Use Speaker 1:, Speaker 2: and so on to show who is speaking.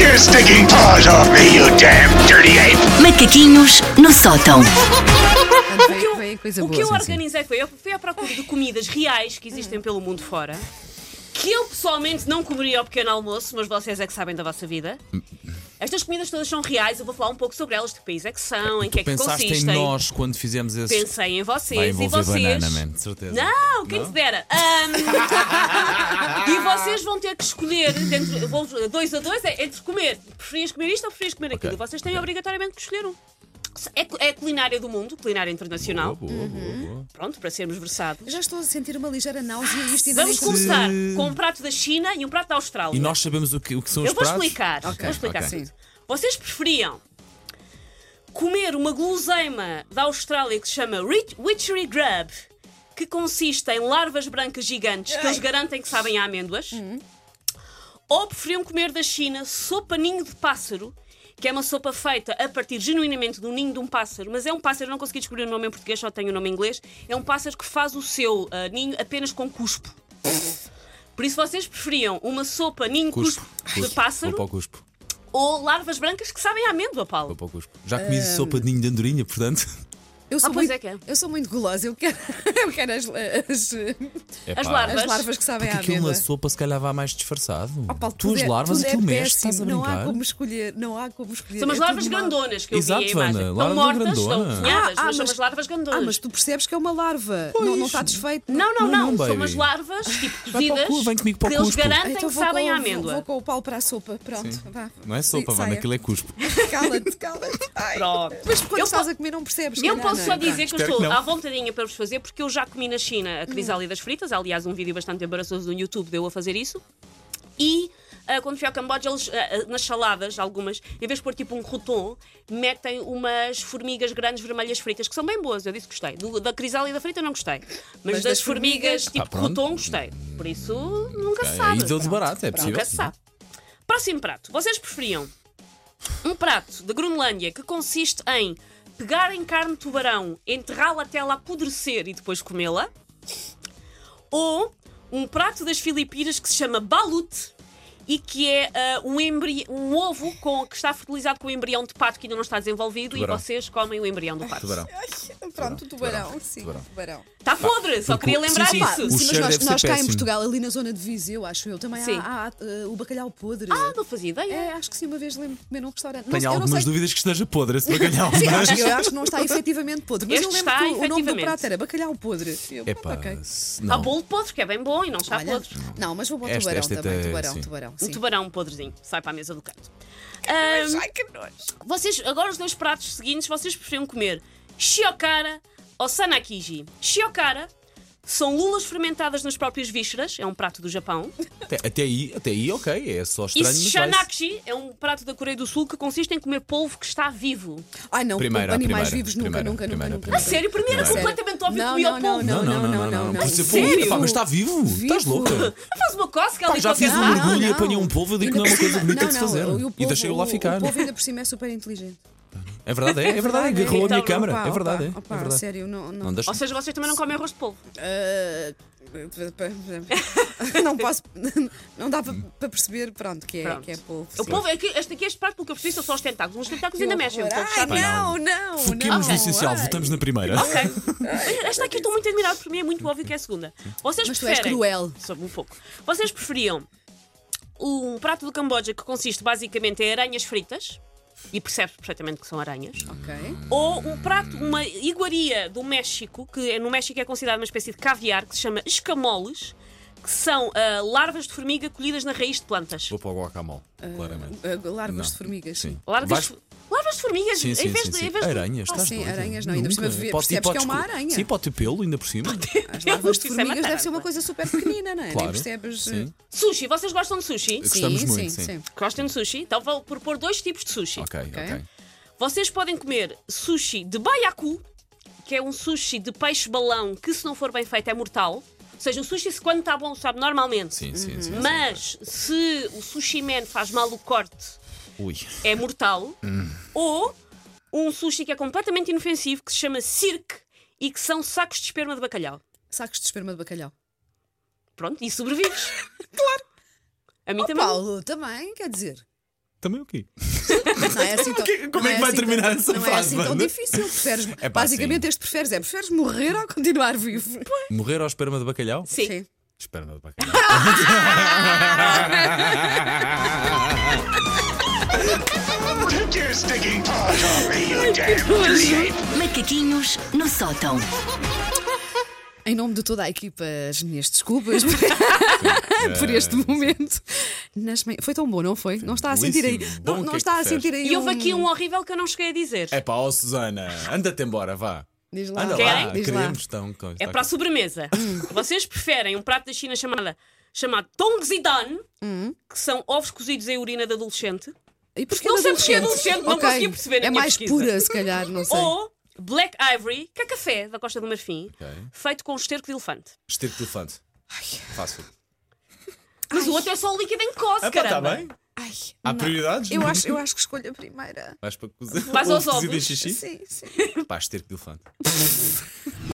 Speaker 1: your stinking paws off me, you damn dirty ape!
Speaker 2: Macaquinhos no sótão.
Speaker 3: Veio- veio coisa
Speaker 4: O
Speaker 3: boa,
Speaker 4: que eu
Speaker 3: sim, sim.
Speaker 4: organizei foi, eu fui à procura de comidas reais que existem pelo mundo fora, que eu pessoalmente não comeria ao pequeno almoço, mas vocês é que sabem da vossa vida. Estas comidas todas são reais, eu vou falar um pouco sobre elas, de que país é que são, em que é que
Speaker 5: Pensaste
Speaker 4: consistem.
Speaker 5: em nós quando fizemos esse.
Speaker 4: Pensei em
Speaker 5: Vai
Speaker 4: vocês e
Speaker 5: envolver
Speaker 4: vocês.
Speaker 5: banana, man, de certeza.
Speaker 4: Não, quem te dera. Ahm, e vocês vão ter que escolher, dentro, vão, dois a dois, é entre comer. Preferias comer isto ou preferias comer aquilo?
Speaker 5: Ok,
Speaker 4: Vocês têm
Speaker 5: ok.
Speaker 4: obrigatoriamente que escolher um. É, cu- é culinária do mundo, culinária internacional.
Speaker 5: Boa, boa, boa,
Speaker 3: Uhum.
Speaker 5: boa.
Speaker 4: Pronto, para sermos versados.
Speaker 3: Já estou a sentir uma ligeira náusea e isto ainda
Speaker 4: Vamos
Speaker 3: nem começou.
Speaker 4: começar com um prato da China e um prato da Austrália.
Speaker 5: E nós sabemos o que, o que são
Speaker 4: Eu
Speaker 5: os
Speaker 4: vou
Speaker 5: pratos?
Speaker 4: explicar. vou explicar
Speaker 5: ok.
Speaker 4: tudo. Vocês preferiam comer uma guloseima da Austrália que se chama Rich- Witchery Grub, que consiste em larvas brancas gigantes que eles garantem que sabem a amêndoas? Ou preferiam comer da China sopa ninho de pássaro, que é uma sopa feita a partir genuinamente do ninho de um pássaro, mas é um pássaro, eu não consegui descobrir o nome em português, só tenho o nome em inglês. É um pássaro que faz o seu ah, ninho apenas com cuspo. Por isso vocês preferiam uma sopa ninho cuspo,
Speaker 5: Cuspo.
Speaker 4: de
Speaker 5: cuspo. Vou
Speaker 4: pássaro
Speaker 5: para o cuspo.
Speaker 4: ou larvas brancas que sabem a amêndoa,
Speaker 5: Vou
Speaker 4: Paulo.
Speaker 5: para o cuspo. Já comi sopa de ninho de andorinha, portanto.
Speaker 3: Eu sou,
Speaker 4: Ah, pois
Speaker 3: muito,
Speaker 4: é que é.
Speaker 3: eu sou muito gulosa, eu quero, eu quero as, as,
Speaker 5: Epá,
Speaker 4: larvas.
Speaker 3: as larvas que sabem
Speaker 5: Porque
Speaker 3: à
Speaker 5: aquilo na
Speaker 3: vida.
Speaker 5: sopa se calhar vai mais disfarçado.
Speaker 3: Oh, Paulo,
Speaker 5: tu
Speaker 3: tudo
Speaker 5: as
Speaker 3: é-
Speaker 5: larvas,
Speaker 3: tudo é
Speaker 5: aquilo mexe, estás a
Speaker 3: péssimo,
Speaker 5: brincar.
Speaker 3: Não há como escolher, não há como escolher.
Speaker 4: São umas
Speaker 3: é
Speaker 4: larvas
Speaker 3: tudo mal.
Speaker 4: grandonas que eu
Speaker 5: Exato,
Speaker 4: vi a imagem.
Speaker 5: Ana,
Speaker 4: estão
Speaker 5: larva
Speaker 4: mortas,
Speaker 5: grandona.
Speaker 4: estão cozinhadas,
Speaker 3: Ah, ah,
Speaker 4: mas são
Speaker 3: mas-
Speaker 4: umas larvas grandonas.
Speaker 3: Ah, mas tu percebes que é uma larva, não, não está desfeito.
Speaker 4: Não, não,
Speaker 5: Não,
Speaker 4: não.
Speaker 5: não,
Speaker 4: são
Speaker 5: baby.
Speaker 4: umas larvas, tipo
Speaker 5: para o
Speaker 4: cozidas,
Speaker 5: cu, vem comigo para o
Speaker 4: que eles
Speaker 5: cuspo.
Speaker 4: garantem
Speaker 3: Então
Speaker 4: que
Speaker 3: vou
Speaker 4: sabem
Speaker 3: com,
Speaker 4: a
Speaker 3: vou- Vou,
Speaker 4: amêndoa.
Speaker 3: com o Paulo para a sopa, pronto. Vá.
Speaker 5: Não é sopa,
Speaker 3: Sim,
Speaker 5: vai
Speaker 3: saia.
Speaker 5: naquilo é cuspo.
Speaker 3: Cala-te, cala-te. Ai.
Speaker 4: Pronto.
Speaker 3: Mas quando
Speaker 4: Eu
Speaker 3: estás
Speaker 4: po-
Speaker 3: a comer não percebes.
Speaker 4: Eu
Speaker 3: calhar,
Speaker 4: posso
Speaker 3: não
Speaker 4: só
Speaker 3: é?
Speaker 4: dizer que eu
Speaker 5: Espero
Speaker 4: estou
Speaker 5: que não.
Speaker 4: à vontadinha para vos fazer, porque eu já comi na China a crisálida das fritas. Aliás, um vídeo bastante embaraçoso no YouTube deu a fazer isso. E ah, quando fui ao Camboja, eles, ah, ah, nas saladas, algumas, em vez de pôr tipo um roton, metem umas formigas grandes vermelhas fritas, que são bem boas. Eu disse que gostei. Do- da crisálida frita não gostei. Mas, das,
Speaker 3: das
Speaker 4: formigas,
Speaker 3: formigas-
Speaker 4: tipo
Speaker 5: Ah, pronto.
Speaker 4: roton, gostei. Por isso, nunca se
Speaker 5: É,
Speaker 4: sabe.
Speaker 5: e deu de barato, é possível.
Speaker 4: Nunca se sabe. Próximo prato. Vocês preferiam um prato da Groenlândia que consiste em pegarem carne de tubarão, enterrá-la até ela apodrecer e depois comê-la? Ou um prato das Filipinas que se chama balut e que é ah, um, embri- um ovo com- que está fertilizado com o embrião de pato que ainda não está desenvolvido
Speaker 5: Tubarão.
Speaker 4: e vocês comem o embrião do pato.
Speaker 5: Tubarão.
Speaker 3: Ai, Pronto, tubarão, sim,
Speaker 5: tubarão.
Speaker 3: tubarão.
Speaker 4: Está podre, só
Speaker 5: Porque-
Speaker 4: queria lembrar
Speaker 5: sim, sim,
Speaker 4: isso.
Speaker 5: o
Speaker 3: Sim,
Speaker 5: cheiro
Speaker 3: mas
Speaker 5: deve
Speaker 3: nós,
Speaker 5: ser
Speaker 3: nós cá em
Speaker 5: péssimo.
Speaker 3: Portugal, ali na zona de Viseu, acho eu, também
Speaker 4: Sim.
Speaker 3: há, há, eh, o bacalhau podre.
Speaker 4: Ah, não fazia ideia.
Speaker 3: É, acho que sim, uma vez lembro de comer num restaurante.
Speaker 5: Tenho
Speaker 3: não, eu não
Speaker 5: algumas
Speaker 3: sei.
Speaker 5: dúvidas que esteja podre esse bacalhau.
Speaker 3: Sim,
Speaker 5: mas-
Speaker 3: acho, eu acho que não está efetivamente podre, mas
Speaker 4: Este
Speaker 3: eu lembro
Speaker 4: está
Speaker 3: que o- o nome do
Speaker 4: efetivamente.
Speaker 3: prato era bacalhau podre. Eu, pronto,
Speaker 5: Epá,
Speaker 3: ok. Tá
Speaker 5: se-
Speaker 4: Há
Speaker 5: não.
Speaker 4: bolo de podre, que é bem bom e não está
Speaker 3: Olha,
Speaker 4: podre.
Speaker 3: não, mas vou para o
Speaker 5: Esta-
Speaker 3: tubarão
Speaker 5: esta
Speaker 3: também.
Speaker 5: até-
Speaker 3: tubarão,
Speaker 5: sim.
Speaker 3: tubarão.
Speaker 4: Um
Speaker 3: Sim.
Speaker 4: tubarão podrezinho, sai para a mesa do canto. Ahm,
Speaker 3: Ai, que nojo.
Speaker 4: vocês, agora os dois pratos seguintes, vocês preferiam comer shiokara ou sanakiji? Shiokara são lulas fermentadas nas próprias vísceras, é um prato do Japão.
Speaker 5: Até, até aí, até aí, ok. É só
Speaker 4: E
Speaker 5: estranho. mas vai-se.
Speaker 4: shanakshi é um prato da Coreia do Sul que consiste em comer polvo que está vivo.
Speaker 3: Ai, não,
Speaker 5: Primeira,
Speaker 3: animais
Speaker 5: primeira,
Speaker 3: vivos nunca,
Speaker 5: primeira,
Speaker 3: nunca,
Speaker 5: primeira,
Speaker 3: nunca, nunca.
Speaker 4: A sério, para mim era
Speaker 5: Não,
Speaker 4: completamente óbvio que
Speaker 3: é Não,
Speaker 4: comia
Speaker 3: não,
Speaker 4: polvo.
Speaker 3: não, não,
Speaker 5: Não, não, não, não, não. Por ser polvo,
Speaker 4: Sério?
Speaker 5: epá, mas está vivo. Estás
Speaker 3: Vivo.
Speaker 5: louca.
Speaker 4: Faz uma cosca ali
Speaker 5: Pá, já
Speaker 4: qualquer
Speaker 5: fiz um
Speaker 4: lado.
Speaker 5: mergulho e
Speaker 3: não.
Speaker 5: apanhei um polvo. Eu digo que não é uma coisa bonita de se fazer.
Speaker 3: o- o
Speaker 5: E
Speaker 3: povo-
Speaker 5: deixei-o lá
Speaker 3: o-
Speaker 5: ficar.
Speaker 3: O povo ainda por cima é super inteligente.
Speaker 5: É verdade, é, é verdade.
Speaker 3: verdade, é.
Speaker 5: Agarrou a minha
Speaker 4: Então,
Speaker 5: câmara.
Speaker 3: Opa,
Speaker 5: É verdade, é. É
Speaker 3: opa, opa,
Speaker 5: verdade.
Speaker 3: sério, não. não.
Speaker 5: Não deixa.
Speaker 4: Ou seja, vocês também não comem arroz de polvo.
Speaker 3: Ah, não posso. Não dá para para perceber, pronto, que é,
Speaker 4: Pronto.
Speaker 3: que é polvo.
Speaker 4: O polvo, é que- este aqui, este prato, pelo que eu percebi, são só os tentáculos. Os tentáculos ainda mexem. o polvo
Speaker 3: Ai,
Speaker 4: está
Speaker 3: não, não.
Speaker 5: Foquemos no
Speaker 3: não.
Speaker 5: essencial.
Speaker 3: Ai.
Speaker 5: Voltamos na primeira.
Speaker 4: Ok. Mas Esta aqui eu estou muito admirado, para mim é muito óbvio que é a segunda. Vocês
Speaker 3: Mas tu és
Speaker 4: preferem.
Speaker 3: cruel.
Speaker 4: Sob um pouco. Vocês preferiam um prato do Camboja que consiste basicamente em aranhas fritas, e percebes perfeitamente que são aranhas,
Speaker 3: Ok.
Speaker 4: ou um prato, uma iguaria do México, que é- no México é considerado uma espécie de caviar, que se chama escamoles, que são ah, larvas de formiga colhidas na raiz de plantas.
Speaker 5: Vou para o guacamole, claramente.
Speaker 3: Ah, Larvas
Speaker 5: Não.
Speaker 3: de formigas.
Speaker 5: Sim.
Speaker 4: Larvas,
Speaker 5: Vais-
Speaker 4: de, larvas de formigas,
Speaker 5: Sim, sim,
Speaker 4: em vez
Speaker 5: sim,
Speaker 4: de.
Speaker 5: sim.
Speaker 4: Em vez de-
Speaker 5: Aranhas, tá.
Speaker 3: Ah,
Speaker 5: estás
Speaker 3: sim,
Speaker 5: doida?
Speaker 3: aranhas, não, ainda por cima
Speaker 5: Nunca.
Speaker 3: ver-
Speaker 5: Pode-
Speaker 3: percebes
Speaker 5: e podes
Speaker 3: que é uma
Speaker 5: co-
Speaker 3: aranha.
Speaker 5: Sim, pode ter pelo, ainda por cima. Ah,
Speaker 3: As larvas de
Speaker 4: Isso é
Speaker 3: formigas deve
Speaker 4: matar.
Speaker 3: ser uma coisa super pequenina, não é? Nem
Speaker 5: Claro.
Speaker 3: percebes.
Speaker 5: Sim.
Speaker 4: Sushi, vocês gostam de sushi?
Speaker 5: Gostamos
Speaker 3: sim,
Speaker 5: muito,
Speaker 3: sim,
Speaker 5: sim.
Speaker 3: sim.
Speaker 4: Gostam de sushi? Então vou propor dois tipos de
Speaker 3: eh,
Speaker 4: sushi.
Speaker 5: Ok,
Speaker 3: tipo,
Speaker 5: ok.
Speaker 4: Vocês podem comer sushi de baiacu, que é um sushi de peixe-balão que, se não for bem feito, é mortal. Ou seja, o sushi, se quando está bom, sabe normalmente.
Speaker 5: Sim, sim,
Speaker 3: Uhum.
Speaker 5: sim.
Speaker 4: Mas se o sushi man faz mal o corte,
Speaker 5: Ui.
Speaker 4: é mortal. Ou um sushi que é completamente inofensivo, que se chama cirque e que são sacos de esperma de bacalhau.
Speaker 3: Sacos de esperma de bacalhau.
Speaker 4: Pronto, e sobrevives. claro. A mim
Speaker 3: Oh,
Speaker 4: também.
Speaker 3: Paulo, também, quer dizer.
Speaker 5: Também o quê?
Speaker 3: Não é assim tão-
Speaker 5: Como é
Speaker 3: não
Speaker 5: que vai
Speaker 3: assim tão-
Speaker 5: terminar essa
Speaker 3: Não é
Speaker 5: frase,
Speaker 3: assim tão
Speaker 5: Wanda?
Speaker 3: difícil. Preferes,
Speaker 5: É pá,
Speaker 3: basicamente,
Speaker 5: sim.
Speaker 3: este preferes é preferes morrer ou continuar vivo.
Speaker 5: Morrer ao esperma de bacalhau?
Speaker 4: Sim.
Speaker 3: Sim.
Speaker 5: Esperma de bacalhau.
Speaker 1: Take your stinking paws off me, you damn dirty ape!
Speaker 2: Macaquinhos no sótão.
Speaker 3: Em nome de toda a equipa, as minhas desculpas por
Speaker 5: É,
Speaker 3: este momento. Nas mei- Foi tão bom, não foi? Não está a sentir aí.
Speaker 5: Belíssimo.
Speaker 3: Não,
Speaker 5: Bom, o
Speaker 3: não
Speaker 5: que é
Speaker 3: está
Speaker 5: que
Speaker 3: a
Speaker 5: disseste?
Speaker 3: sentir aí.
Speaker 4: E houve
Speaker 3: um-
Speaker 4: aqui um horrível que eu não cheguei a dizer.
Speaker 5: É pá, ó Susana, anda-te embora, vá.
Speaker 3: Diz lá,
Speaker 5: Anda
Speaker 4: Querem?
Speaker 5: lá,
Speaker 3: diz lá.
Speaker 5: queremos então, tão coisa.
Speaker 4: É para a sobremesa. Vocês preferem um prato da China chamada, chamado Tongzidan,
Speaker 5: Hum.
Speaker 4: que são ovos cozidos em urina de adolescente,
Speaker 3: E porquê
Speaker 4: Não
Speaker 3: de
Speaker 4: sei porque é adolescente, não
Speaker 3: Ok.
Speaker 4: conseguia perceber na
Speaker 3: É
Speaker 4: minha
Speaker 3: mais
Speaker 4: pesquisa. Oh.
Speaker 3: pura, se calhar, não sei.
Speaker 4: ou Black Ivory, que é café da Costa do Marfim,
Speaker 5: Ok.
Speaker 4: feito com esterco de elefante.
Speaker 5: Estirpe de elefante. Fácil.
Speaker 4: Mas o outro é só o líquido em coce,
Speaker 5: Ah, pá, está
Speaker 4: caramba.
Speaker 5: bem?
Speaker 3: Ai,
Speaker 5: Há
Speaker 3: não.
Speaker 5: prioridades? é?
Speaker 3: Eu acho, eu acho que escolho a primeira.
Speaker 5: Vais para cozer.
Speaker 4: Vais aos
Speaker 5: Ovo cozido em
Speaker 4: ovos.
Speaker 5: xixi?
Speaker 3: Sim, sim.
Speaker 5: Pá, estirpe de elefante.